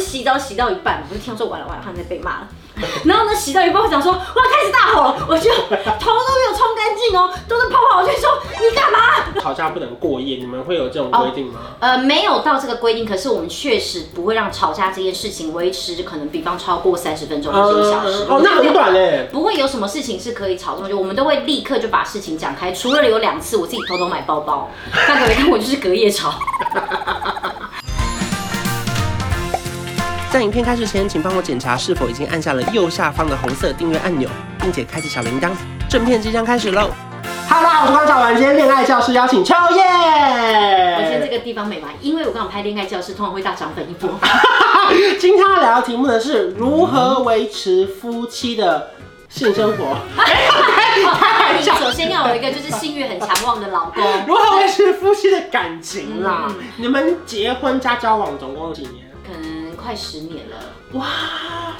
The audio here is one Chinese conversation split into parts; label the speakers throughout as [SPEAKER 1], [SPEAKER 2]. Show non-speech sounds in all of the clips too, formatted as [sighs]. [SPEAKER 1] 洗澡洗到一半，我就听到说完了完了，他在被骂了。然后呢，洗到一半，我想说，哇，开始大吼了，我就头都没有冲干净哦，都是泡泡，我就说你干嘛？
[SPEAKER 2] 吵架不能过夜，你们会有这种规定吗？
[SPEAKER 1] 呃，没有到这个规定，可是我们确实不会让吵架这件事情维持，可能比方超过三十分钟或者一个小时。
[SPEAKER 2] 哦，那很短嘞。
[SPEAKER 1] 不会有什么事情是可以吵这么久，我们都会立刻就把事情讲开。除了有两次我自己偷偷买包包，但可能看我就是隔夜 [laughs] 吵。
[SPEAKER 2] 在影片开始前，请帮我检查是否已经按下了右下方的红色订阅按钮，并且开启小铃铛。正片即将开始喽！Hello，我是关晓雯，今天恋爱教室邀请秋叶。
[SPEAKER 1] 我觉得这个地方美嘛，因为我刚好拍恋爱教室，通常会大涨粉一波。
[SPEAKER 2] 今天要聊的题目呢是如何维持夫妻的性生 [laughs] 活，
[SPEAKER 1] [laughs] 你
[SPEAKER 2] 嗯
[SPEAKER 1] 首先要有一个就是性欲很强旺的老公，
[SPEAKER 2] 如何维持夫妻的感情啦。你们结婚加交往总共几年？
[SPEAKER 1] 可能快十年了，
[SPEAKER 2] 哇，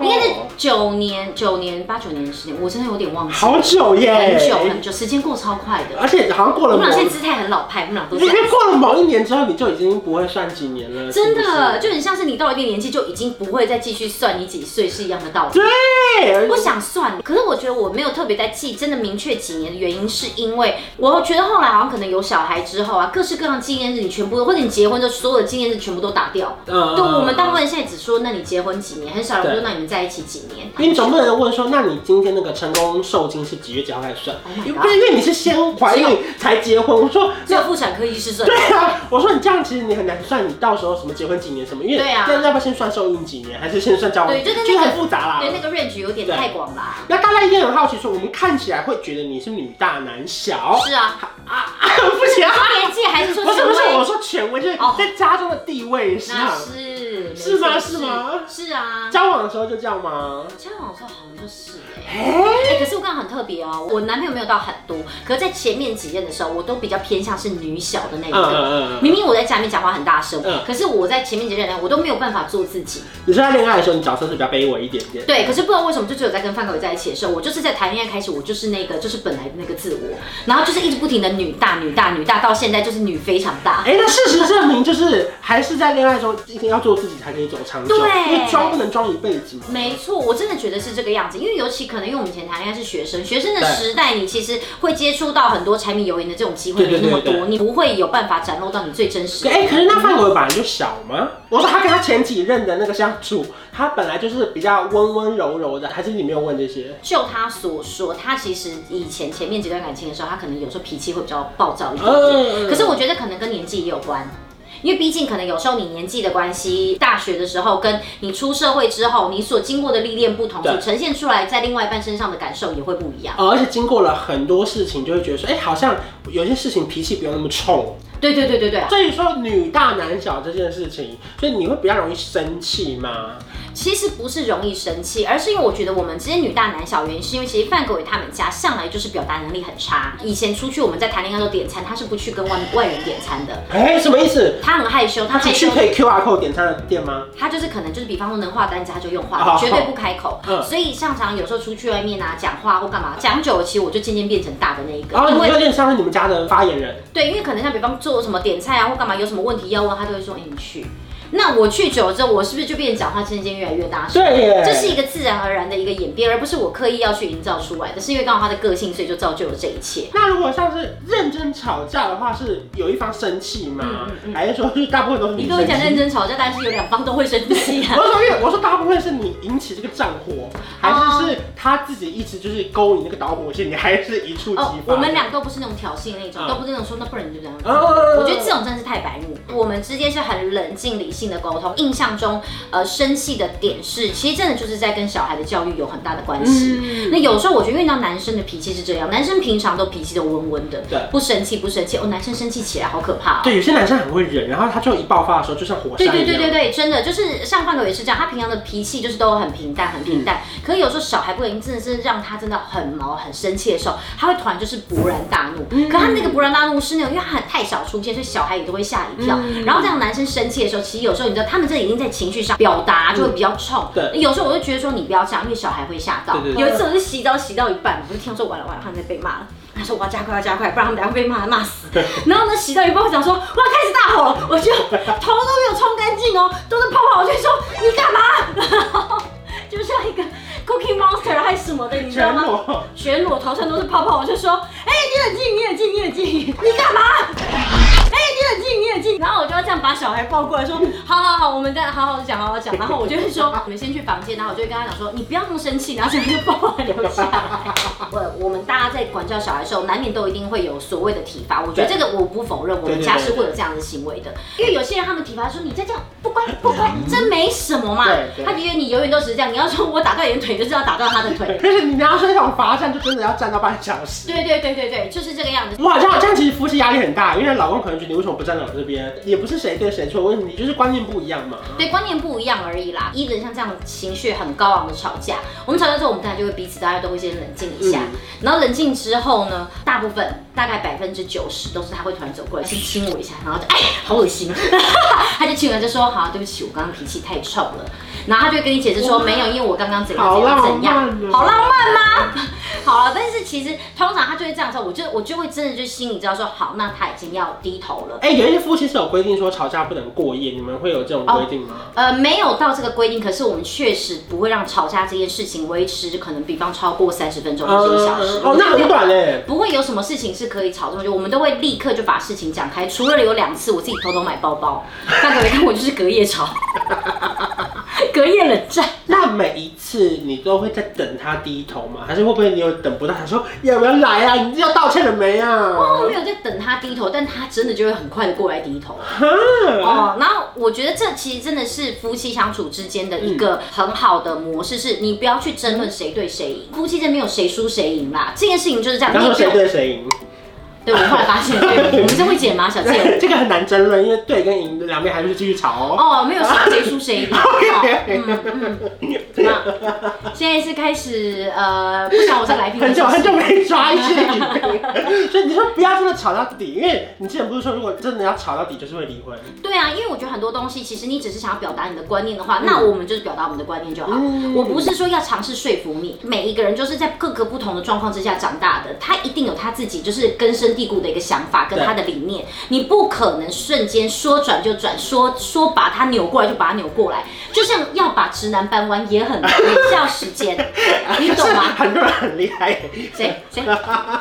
[SPEAKER 1] 应该
[SPEAKER 2] 哦
[SPEAKER 1] 是九年、九年、八九年、十年，我真的有点忘记，
[SPEAKER 2] 好久耶，
[SPEAKER 1] 很久很久，时间过超快的。
[SPEAKER 2] 而且好像过
[SPEAKER 1] 我
[SPEAKER 2] 了
[SPEAKER 1] 们
[SPEAKER 2] 某
[SPEAKER 1] 俩现在姿态很老派，我们俩都这
[SPEAKER 2] 因
[SPEAKER 1] 样。
[SPEAKER 2] 为过了某一年之后，你就已经不会算几年了，
[SPEAKER 1] 真
[SPEAKER 2] 是不
[SPEAKER 1] 的，
[SPEAKER 2] 是
[SPEAKER 1] 就很像是你到了一定年纪就已经不会再继续算你几岁是一样的道理。
[SPEAKER 2] 对，
[SPEAKER 1] 不想算，可是我觉得我没有特别在记，真的明确几年的原因，是因为我觉得后来好像可能有小孩之后啊，各式各样的纪念日你全部都，或者你结婚的所有的纪念日全部都打掉。
[SPEAKER 2] 嗯
[SPEAKER 1] 对，我们大部分人现在只说那你结婚几年，很少人会说
[SPEAKER 2] 对
[SPEAKER 1] 那你们在一起几年。
[SPEAKER 2] 因为你总不能问说，那你今天那个成功受精是几月几号开始算
[SPEAKER 1] Oh my？
[SPEAKER 2] 因为不是因为你是先怀孕才结婚。我说
[SPEAKER 1] 只有妇产科医师算
[SPEAKER 2] 对。啊，我说你这样其实你很难算你到时候什么结婚几年什么，因为
[SPEAKER 1] 对啊
[SPEAKER 2] 那要不要先算受孕几年，还是先算交往？
[SPEAKER 1] 对就跟那个
[SPEAKER 2] 就很复杂啦
[SPEAKER 1] 对，。那个 range 有点太广啦。
[SPEAKER 2] 那大家一定很好奇说，我们看起来会觉得你是女大
[SPEAKER 1] [laughs]
[SPEAKER 2] 男小
[SPEAKER 1] 是啊，
[SPEAKER 2] 啊？不行啊！
[SPEAKER 1] 他年纪还是说
[SPEAKER 2] 不是不是，
[SPEAKER 1] 成为
[SPEAKER 2] 我说权威就是
[SPEAKER 1] 哦
[SPEAKER 2] 在家中的地位
[SPEAKER 1] 那
[SPEAKER 2] 上。
[SPEAKER 1] 是
[SPEAKER 2] 是吗
[SPEAKER 1] 没错
[SPEAKER 2] 是吗
[SPEAKER 1] 是啊。
[SPEAKER 2] 交往的时候就这样吗？
[SPEAKER 1] 交往的时候好像就是
[SPEAKER 2] [laughs]
[SPEAKER 1] 哎、
[SPEAKER 2] 哎，
[SPEAKER 1] 哎、可是我刚刚很特别哦，我男朋友没有到很多，可是在前面几任的时候，我都比较偏向是女小的那一
[SPEAKER 2] 嗯
[SPEAKER 1] 个。
[SPEAKER 2] 嗯嗯嗯，
[SPEAKER 1] 明明我在家里面讲话很大声，
[SPEAKER 2] 嗯
[SPEAKER 1] 可是我在前面几任呢，我都没有办法做自己。
[SPEAKER 2] 你说在恋爱的时候，你角色是比较卑微一点点。
[SPEAKER 1] 对，可是不知道为什么，就只有在跟范可伟在一起的时候，我就是在谈恋爱开始，我就是那个就是本来的那个自我，然后就是一直不停的女大女大女大，到现在就是女非常大。
[SPEAKER 2] 哎，那事实证明，就是还是在恋爱中一定要做自己才可以走长久，
[SPEAKER 1] 对
[SPEAKER 2] 因为装不能装一辈子嘛。
[SPEAKER 1] 没错，我真的觉得是这个样子，因为尤其可能因为我们以前谈恋爱是学生，学生的
[SPEAKER 2] 对
[SPEAKER 1] 时代，你其实会接触到很多柴米油盐的这种机会没那么
[SPEAKER 2] 对对对
[SPEAKER 1] 多，你不会有办法展露到你最真实的。
[SPEAKER 2] 哎、可是那范伟本来就小吗？我说他跟他前几任的那个相处，他本来就是比较温温柔柔的，还是你没有问这些？
[SPEAKER 1] 就他所说，他其实以前前面几段感情的时候，他可能有时候脾气会比较暴躁一点点。
[SPEAKER 2] 嗯，
[SPEAKER 1] 可是我觉得可能跟年纪也有关，因为毕竟可能有时候你年纪的关系，大学的时候跟你出社会之后，你所经过的历练不同，
[SPEAKER 2] 对
[SPEAKER 1] 所呈现出来在另外一半身上的感受也会不一样。
[SPEAKER 2] 呃而且经过了很多事情，就会觉得说，哎、好像有些事情脾气不用那么冲。
[SPEAKER 1] 对对对对啊对，
[SPEAKER 2] 所以说女大男小这件事情，所以你会比较容易生气吗？
[SPEAKER 1] 其实不是容易生气，而是因为我觉得我们之间女大男小，原因是因为其实范狗伟他们家向来就是表达能力很差。以前出去我们在谈恋爱的时候点餐，他是不去跟外外人点餐的，
[SPEAKER 2] 哎、什么意思？
[SPEAKER 1] 他很害羞，他
[SPEAKER 2] 他只
[SPEAKER 1] 害
[SPEAKER 2] 去
[SPEAKER 1] 羞
[SPEAKER 2] 可以 QR code 点餐的店吗？
[SPEAKER 1] 他就是可能就是，比方说能画单子他就用
[SPEAKER 2] 好
[SPEAKER 1] 画，绝对不开口。
[SPEAKER 2] 哦嗯
[SPEAKER 1] 所以上场有时候出去外面啊讲话或干嘛，讲久了其实我就渐渐变成大的那一
[SPEAKER 2] 然后
[SPEAKER 1] 个，因
[SPEAKER 2] 哦你
[SPEAKER 1] 为
[SPEAKER 2] 有点像是你们家的发言人，
[SPEAKER 1] 对，因为可能像比方做什么点菜啊或干嘛，有什么问题要问他都会说哎你去。那我去久了之后，我是不是就变成讲话渐渐越来越大声？
[SPEAKER 2] [laughs] 对耶，
[SPEAKER 1] 这是一个自然而然的一个演变，而不是我刻意要去营造出来的，是因为刚好他的个性，所以就造就了这一切。
[SPEAKER 2] 那如果像是认真吵架的话，是有一方生气吗？还是说是大部分都是
[SPEAKER 1] 嗯你
[SPEAKER 2] 你
[SPEAKER 1] 跟我
[SPEAKER 2] 生
[SPEAKER 1] 讲认
[SPEAKER 2] 气？
[SPEAKER 1] 真吵架，但是有两方都会生气
[SPEAKER 2] [laughs]
[SPEAKER 1] 啊
[SPEAKER 2] 我。说，因为我说大部分是你引起这个战火，
[SPEAKER 1] 哦
[SPEAKER 2] 还是是他自己一直就是勾你那个导火线，你还是一触即发
[SPEAKER 1] 哦？，我们俩都不是那种挑衅的那种，
[SPEAKER 2] 嗯
[SPEAKER 1] 都不是那种说那不然你就这样。
[SPEAKER 2] 嗯，嗯
[SPEAKER 1] 我觉得这种真的是太白目。我们之间是很冷静理性的沟通，印象中，呃，生气的点是，其实真的就是在跟小孩的教育有很大的关系。
[SPEAKER 2] 嗯
[SPEAKER 1] 那有时候我觉得，因为你知道男生的脾气是这样，男生平常都脾气都温温的，
[SPEAKER 2] 对
[SPEAKER 1] 不生气不生气。哦，男生生气起来好可怕哦。
[SPEAKER 2] 对有些男生很会忍，然后他就一爆发的时候就像火山
[SPEAKER 1] 对
[SPEAKER 2] 一样。
[SPEAKER 1] 对对对对，真的就是像范狗也是这样，他平常的脾气就是都很平淡很平淡，
[SPEAKER 2] 嗯
[SPEAKER 1] 可是有时候小孩不小心真的是让他真的很毛很生气的时候，他会突然就是勃然大怒。
[SPEAKER 2] 嗯
[SPEAKER 1] 可他那个勃然大怒是那种，因为他很太少出现，所以小孩也都会吓一跳。
[SPEAKER 2] 嗯
[SPEAKER 1] 然后这样男生生气的时候，其实有时候你知道他们这已经在情绪上表达就会比较冲。
[SPEAKER 2] 对
[SPEAKER 1] 有时候我就觉得说你不要这样，因为小孩会吓到。
[SPEAKER 2] 对对对
[SPEAKER 1] 有一次我是洗澡洗到一半，我就听到说完了完了，他们在被骂了。他说我要加快要加快，不然他们等下会被骂骂死。然后呢，洗到一半，我想说，哇，开始大吼了，我就头都没有冲干净哦，都是泡泡，我就说你干嘛？ [laughs] 你知道吗？
[SPEAKER 2] 裸，
[SPEAKER 1] 全裸头上都是泡泡，我就说，哎、你冷静，你冷静，你冷静，你干嘛？哎、你冷静，你冷静。然后我就要这样把小孩抱过来，说，好好好，我们再好好讲，好好讲。然后我就会说，我们先去房间，然后我就会跟他讲说，你不要那么生气，然后小孩就抱我留下来。我我们大家在管教小孩的时候，难免都一定会有所谓的体罚。我觉得这个我不否认，我
[SPEAKER 2] 对对
[SPEAKER 1] 们
[SPEAKER 2] 对
[SPEAKER 1] 家是会有这样的行为的，因为有些人他们体罚说，你再这样不乖不乖，这没什么嘛
[SPEAKER 2] 对。对
[SPEAKER 1] 他觉得你永远都只是这样，你要说我打断你的腿，就是要打断他的腿。
[SPEAKER 2] 而且你拿出那种罚站，就真的要站到半小时。
[SPEAKER 1] 对对对对对，就是这个样子。
[SPEAKER 2] 哇，这样这样其实夫妻压力很大，因为老公可能觉得你为什么不站在我这边，也不是谁对谁错问题，就是观念不一样嘛。
[SPEAKER 1] 对，观念不一样而已啦。一人像这样情绪很高昂的吵架，我们吵架之后，我们当然就会彼此大家都会先冷静一下。
[SPEAKER 2] 嗯
[SPEAKER 1] 然后冷静之后呢，大部分大概百分之九十都是他会突然走过来，先亲我一下，然后就哎，好恶心， [laughs] 他就亲完就说好，对不起，我刚刚脾气太臭了。然后他就会跟你解释说没有，因为我刚刚怎样怎样怎
[SPEAKER 2] 好浪漫
[SPEAKER 1] 样，
[SPEAKER 2] 哦
[SPEAKER 1] 好浪漫吗？ [laughs] 好了，但是其实通常他就会这样说，我就我就会真的就心里知道说好，那他已经要低头了。
[SPEAKER 2] 哎、有一些夫妻是有规定说吵架不能过夜，你们会有这种规定吗？
[SPEAKER 1] 呃，没有到这个规定，可是我们确实不会让吵架这件事情维持，可能比方超过三十分钟或是一个小时。
[SPEAKER 2] 哦，那很短嘞。
[SPEAKER 1] 不会有什么事情是可以吵这么久，我们都会立刻就把事情讲开。除了有两次我自己偷偷买包
[SPEAKER 2] 啊
[SPEAKER 1] 包，但可能跟我就是隔夜吵，隔夜冷战。
[SPEAKER 2] 那每一次你都会在等他低头吗？还是会不会你有等不到？他说有没有来啊？你要道歉了没啊？
[SPEAKER 1] 我哦没有在等他低头，但他真的就会很快的过来低头。
[SPEAKER 2] 哈
[SPEAKER 1] 哦，然后我觉得这其实真的是夫妻相处之间的一
[SPEAKER 2] 嗯
[SPEAKER 1] 个很好的模式，是你不要去争论谁对谁赢，夫妻间没有谁输谁赢啦，这件事情就是这样。
[SPEAKER 2] 嗯然
[SPEAKER 1] 你
[SPEAKER 2] 后
[SPEAKER 1] 也不
[SPEAKER 2] 谁
[SPEAKER 1] 用
[SPEAKER 2] 对谁赢？
[SPEAKER 1] 对，我后来发现，对，我们是会剪吗，小
[SPEAKER 2] 对，
[SPEAKER 1] 倩？
[SPEAKER 2] [laughs] 这个很难争论，因为对跟赢两边还是继续吵哦。
[SPEAKER 1] 哦，没有谁谁输谁赢。哦嗯嗯，怎么样？现在是开始呃，不想我是来宾的
[SPEAKER 2] 很
[SPEAKER 1] 是
[SPEAKER 2] 久 [laughs]
[SPEAKER 1] 不是，
[SPEAKER 2] 很久没抓一些 [laughs] 影片，所以你说不要真的吵到底，因为你之前不是说如果真的要吵到底就是会离婚，
[SPEAKER 1] 对啊，因为我觉得很多东西，其实你只是想要表达你的观念的话，那我们就是表达我们的观念就好。
[SPEAKER 2] 嗯
[SPEAKER 1] 我不是说要尝试说服你，每一个人就是在各个不同的状况之下长大的，他一定有他自己就是根深蒂固的一个想法跟
[SPEAKER 2] 对
[SPEAKER 1] 他的理念，你不可能瞬间说转就转，说说把他扭过来就把他扭过来，就像要把直男扳弯也很也需要时间，你懂吗？
[SPEAKER 2] 很多人很厉害。
[SPEAKER 1] 谁谁？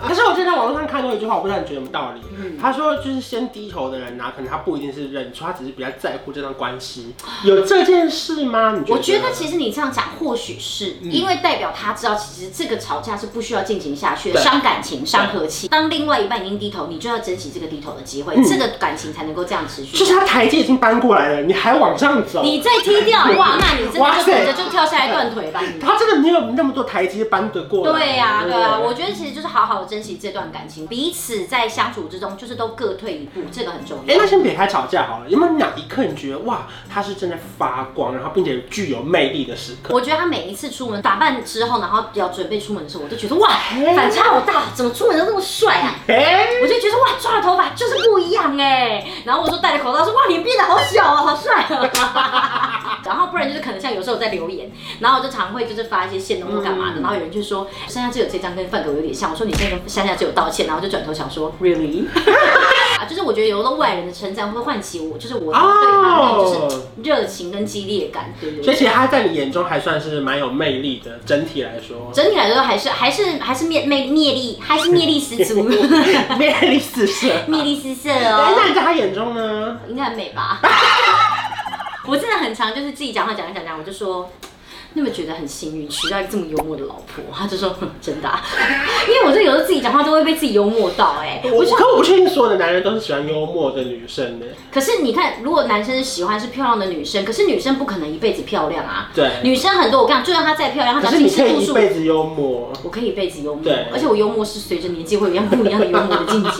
[SPEAKER 2] 可是我之前在网络上看过一句话，我不知道你觉得有没有道理。他说就是先低头的人呐、可能他不一定是认错，他只是比较在乎这段关系。 [gasps] 有这件事吗？你觉得？
[SPEAKER 1] 我觉得其实你这样讲，或许是、
[SPEAKER 2] 嗯
[SPEAKER 1] 因为代表他知道，其实这个吵架是不需要进行下去的，
[SPEAKER 2] 对
[SPEAKER 1] 伤感情、伤和气。当另外一半已经低头，你就要珍惜这个低头的机会，这个感情才能够这样持续。
[SPEAKER 2] 嗯就是他台阶已经搬过来了，你还往上走。
[SPEAKER 1] 你再踢掉，哇，那你真的
[SPEAKER 2] 哇
[SPEAKER 1] 就
[SPEAKER 2] 塞
[SPEAKER 1] 等着就跳下来断腿吧你。
[SPEAKER 2] [laughs] 他真的没有那么多台阶搬得过来。
[SPEAKER 1] 对呀、
[SPEAKER 2] 不
[SPEAKER 1] 对啊，我觉得其实就是好好地珍惜这段感情，彼此在相处之中就是都各退一步，这个很重
[SPEAKER 2] 哎、
[SPEAKER 1] 要。
[SPEAKER 2] 那先撇开吵架好了，有没有哪一刻你觉得哇，他是正在发光，然后并且具有魅力的时刻？
[SPEAKER 1] 我觉得他每一次出门打扮之后，然后要准备出门的时候，我都觉得哇
[SPEAKER 2] 哎，
[SPEAKER 1] 反差好大，怎么出门都那么帅啊？
[SPEAKER 2] 哎、
[SPEAKER 1] 我就觉得哇，抓了头发就是不一样哎。然后我说戴了口罩，说哇，脸变得好小啊，好帅
[SPEAKER 2] [laughs]
[SPEAKER 1] 啊。然后不然就是可能像有时候我在留言，然后我就常会就是发一些线动或干嘛的，
[SPEAKER 2] 嗯
[SPEAKER 1] 然后有人就说山下只有这张跟范狗有点像，我说你现在跟山下只有道歉，然后我就转头想说 really [laughs] 啊，就是我觉得有的外人的称赞会唤起我，就是我对他的就是
[SPEAKER 2] 哦，
[SPEAKER 1] 热情跟激烈感，对不对？
[SPEAKER 2] 所以其实他在你眼中还算是蛮有魅力的，整体来
[SPEAKER 1] [laughs]
[SPEAKER 2] 说，
[SPEAKER 1] 整体来说还是还是还是灭魅灭力，还是灭力十
[SPEAKER 2] [laughs]
[SPEAKER 1] 足，
[SPEAKER 2] 魅力四射。
[SPEAKER 1] 灭力四射
[SPEAKER 2] 哎
[SPEAKER 1] 哦。
[SPEAKER 2] 那你在他眼中呢？
[SPEAKER 1] 应该很美
[SPEAKER 2] [laughs]
[SPEAKER 1] 吧？我真的很常就是自己讲话讲一讲讲，我就说。你有没有觉得很幸运，娶到一个这么幽默的老婆？他就说哼真的、啊，因为我就有时候自己讲话都会被自己幽默到哎、欸。
[SPEAKER 2] 我可我不确定所有的男人都是喜欢幽默的女生的。
[SPEAKER 1] 可是你看，如果男生喜欢是漂亮的女生，可是女生不可能一辈子漂亮啊。
[SPEAKER 2] 对，
[SPEAKER 1] 女生很多，我跟你讲，就算她再漂亮，她
[SPEAKER 2] 可
[SPEAKER 1] 只
[SPEAKER 2] 是
[SPEAKER 1] 要
[SPEAKER 2] 你
[SPEAKER 1] 心思
[SPEAKER 2] 可
[SPEAKER 1] 度
[SPEAKER 2] 以一
[SPEAKER 1] 数，
[SPEAKER 2] 辈子幽默。
[SPEAKER 1] 我可以一辈子幽默
[SPEAKER 2] 对，
[SPEAKER 1] 而且我幽默是随着年纪会有一样不一样的幽默的境
[SPEAKER 2] [laughs]
[SPEAKER 1] 界。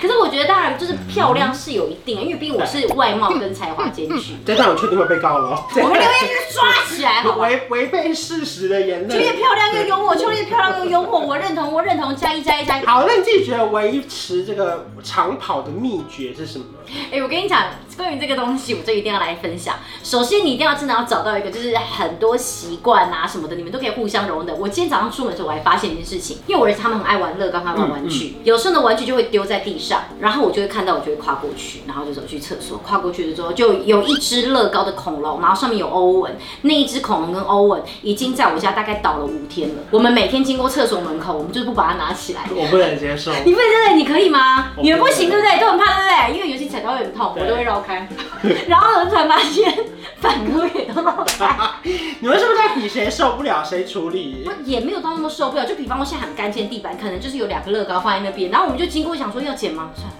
[SPEAKER 1] 可是我觉得当然就是漂亮是有一定的，因为毕竟我是外貌跟才华兼具。
[SPEAKER 2] 这段我确定会被告哦了。
[SPEAKER 1] 我们留言就抓起来，好不好？
[SPEAKER 2] 违违背事实的言
[SPEAKER 1] 秋叶
[SPEAKER 2] 论。
[SPEAKER 1] 漂亮又幽默，秋叶漂亮又幽默，我认同，我认同，加一加一加一。
[SPEAKER 2] 好，那你自己觉得维持这个长跑的秘诀是什么？
[SPEAKER 1] [laughs] 哎、我跟你讲，关于这个东西，我就一定要来分享。首先，你一定要真的要找到一个，就是很多习惯啊什么的，你们都可以互相容忍。我今天早上出门的时候，我还发现一件事情，因为我儿子他们很爱玩乐高，他们玩玩具，有时候呢玩具就会丢在地上，然后我就会看到，我就会跨过去，然后就走去厕所。跨过去的时候，就有一只乐高的恐龙，然后上面有欧文。那一只恐龙跟欧文已经在我家大概倒了五天了。我们每天经过厕所门口，我们就是不把它拿起来。
[SPEAKER 2] 我不能接受。
[SPEAKER 1] 你不能对，你可以吗？
[SPEAKER 2] 我
[SPEAKER 1] 你们
[SPEAKER 2] 不
[SPEAKER 1] 不
[SPEAKER 2] 能
[SPEAKER 1] 行，对不对？都很怕，对不对？因为尤其踩到会很痛，我
[SPEAKER 2] 对
[SPEAKER 1] 都会绕开。 [laughs] 然后呢，才发现反哥也都绕开。
[SPEAKER 2] 你们是不是在比谁受不了谁处理
[SPEAKER 1] 我？也没有到那么受不了。就比方说现在很干净的地板，可能就是有两个乐高放在那边，然后我们就经过想说要剪吗？算了，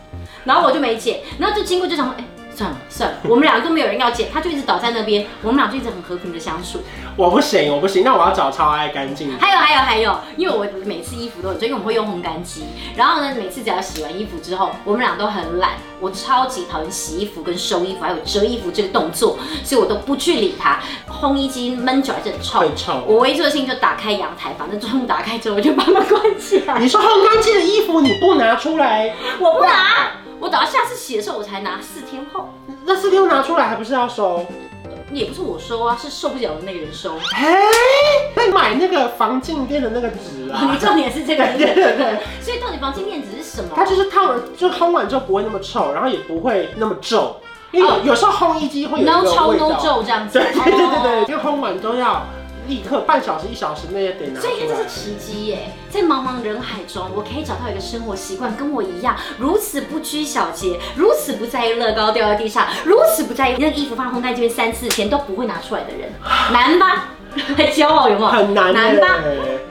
[SPEAKER 1] 然后我就没剪，然后就经过就想说，哎、算了算了，我们两个都没有人要剪，他就一直倒在那边，我们俩就一直很和平的相处。
[SPEAKER 2] 我不行，我不行，那我要找超爱干净的。
[SPEAKER 1] 还有还有还有，因为我每次衣服都很重，因为我们会用烘干机。然后呢，每次只要洗完衣服之后，我们俩都很懒，我超级讨厌洗衣服跟收衣服还有折衣服这个动作，所以我都不去理它。烘衣机闷久还是很臭
[SPEAKER 2] 会。臭
[SPEAKER 1] 我唯一做的事情就打开阳台，反正窗户打开之后我就把它关起来，
[SPEAKER 2] 你说烘干机的衣服你不拿出来，
[SPEAKER 1] 我不拿，我等到下次洗的时候我才拿，四天后。
[SPEAKER 2] 那四天拿出来还不是要收？
[SPEAKER 1] 也不是我收啊，是受不了的那个人收。
[SPEAKER 2] 哎、那你买那个防静电的那个纸啊
[SPEAKER 1] [laughs] 你，重点是这个，
[SPEAKER 2] 对对对，
[SPEAKER 1] 所以到底房间面纸是什么？
[SPEAKER 2] 它就是烫了，就烘完之后不会那么臭，然后也不会那么皱，因为有,、有时候烘衣机会有一个
[SPEAKER 1] 哦 no 超
[SPEAKER 2] 味
[SPEAKER 1] no
[SPEAKER 2] 道。
[SPEAKER 1] 皱这样子。
[SPEAKER 2] 对对对对对
[SPEAKER 1] 哦，
[SPEAKER 2] 因为烘完都要立刻半小时一小时内得拿出
[SPEAKER 1] 所以它就是
[SPEAKER 2] 来。
[SPEAKER 1] 奇迹耶，在茫茫人海中，我可以找到一个生活习惯跟我一样，如此不拘小节，如此不在意乐高掉在地上，如此不在意那个衣服放烘干机边三四天都不会拿出来的
[SPEAKER 2] [sighs]
[SPEAKER 1] 人，难吧？ [laughs] 很骄傲有没有？
[SPEAKER 2] 很难
[SPEAKER 1] 难
[SPEAKER 2] 耶
[SPEAKER 1] 吧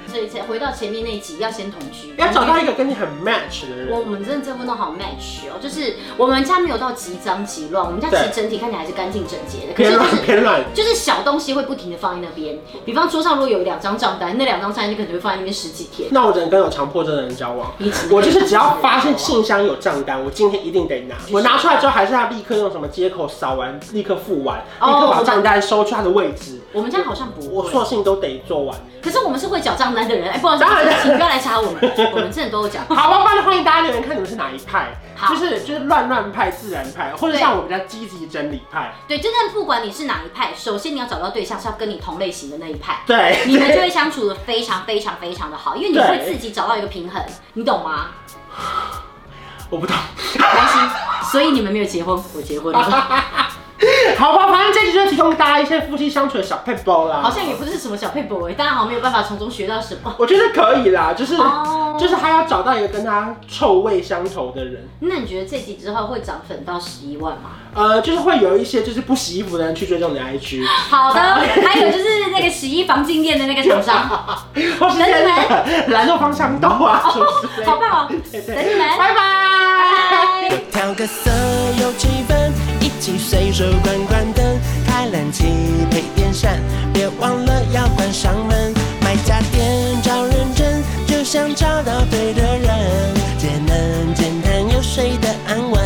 [SPEAKER 1] 所以才回到前面那一集，要先同居，
[SPEAKER 2] 要找到一个跟你很 match 的
[SPEAKER 1] 我
[SPEAKER 2] 人。
[SPEAKER 1] 我们真的这婚都好 match 哦，就是我们家没有到极脏极乱，我们家其
[SPEAKER 2] 对
[SPEAKER 1] 实整体看起来还是干净整洁的，可
[SPEAKER 2] 偏
[SPEAKER 1] 是就
[SPEAKER 2] 乱
[SPEAKER 1] 是
[SPEAKER 2] 偏乱，
[SPEAKER 1] 就是小东西会不停的放在那边，比方桌上如果有两张账单，那两张账单就可能会放在那边十几天。
[SPEAKER 2] 那我只能跟有强迫症的人交往。
[SPEAKER 1] 你只
[SPEAKER 2] [laughs] 我就是只要发现信箱有账单，我今天一定得拿。我拿出来之后，还是要立刻用什么接口扫完，立刻付完，立
[SPEAKER 1] 哦
[SPEAKER 2] 刻把账单收去它的位置。
[SPEAKER 1] 我们家好像不
[SPEAKER 2] 我
[SPEAKER 1] 会，
[SPEAKER 2] 所有事情都得做完。
[SPEAKER 1] 可是我们是会缴账单的人，哎、不好意思
[SPEAKER 2] 当然，
[SPEAKER 1] 请不要来查我们，我们真的都有缴。
[SPEAKER 2] 好吧，那欢迎大家留言看你们是哪一派，
[SPEAKER 1] 好
[SPEAKER 2] 就是就是乱乱派、自然派，或者
[SPEAKER 1] 对
[SPEAKER 2] 像我比较积极整理派。
[SPEAKER 1] [laughs] 对，真正不管你是哪一派，首先你要找到对象是要跟你同类型的那一派，
[SPEAKER 2] 对，
[SPEAKER 1] 你们就会相处的非常非常非常的好，因为你
[SPEAKER 2] 对
[SPEAKER 1] 会自己找到一个平衡，你懂吗？
[SPEAKER 2] [laughs] 我
[SPEAKER 1] [laughs]
[SPEAKER 2] 不懂。
[SPEAKER 1] 关心，所以你们没有结婚，哦我结婚了，
[SPEAKER 2] 好吧，反正这集就提供大家一些夫妻相处的小配包啦。
[SPEAKER 1] 好像也不是什么小配博哎，大家好像没有办法从中学到什么。
[SPEAKER 2] 我觉得可以啦，就是、
[SPEAKER 1] 哦
[SPEAKER 2] 就是他要找到一个跟他臭味相投的人。
[SPEAKER 1] 那你觉得这集之后会涨粉到十一万吗？
[SPEAKER 2] 呃，就是会有一些就是不洗衣服的人去追踪你的 IG，
[SPEAKER 1] 好
[SPEAKER 2] [laughs]
[SPEAKER 1] 的，还有就是那个洗衣房静电的那个厂商，好
[SPEAKER 2] 或是在那个蓝肉芳香豆啊什么之类的。
[SPEAKER 1] 棒哦，
[SPEAKER 2] 对对
[SPEAKER 1] 等你们，
[SPEAKER 2] 拜拜。
[SPEAKER 1] 拜。
[SPEAKER 3] 调个色有气氛，一起随手关关灯，开冷气配电扇，别忘了要关上门。买家电找认真，就像找到对的人，节能简单又睡得安稳。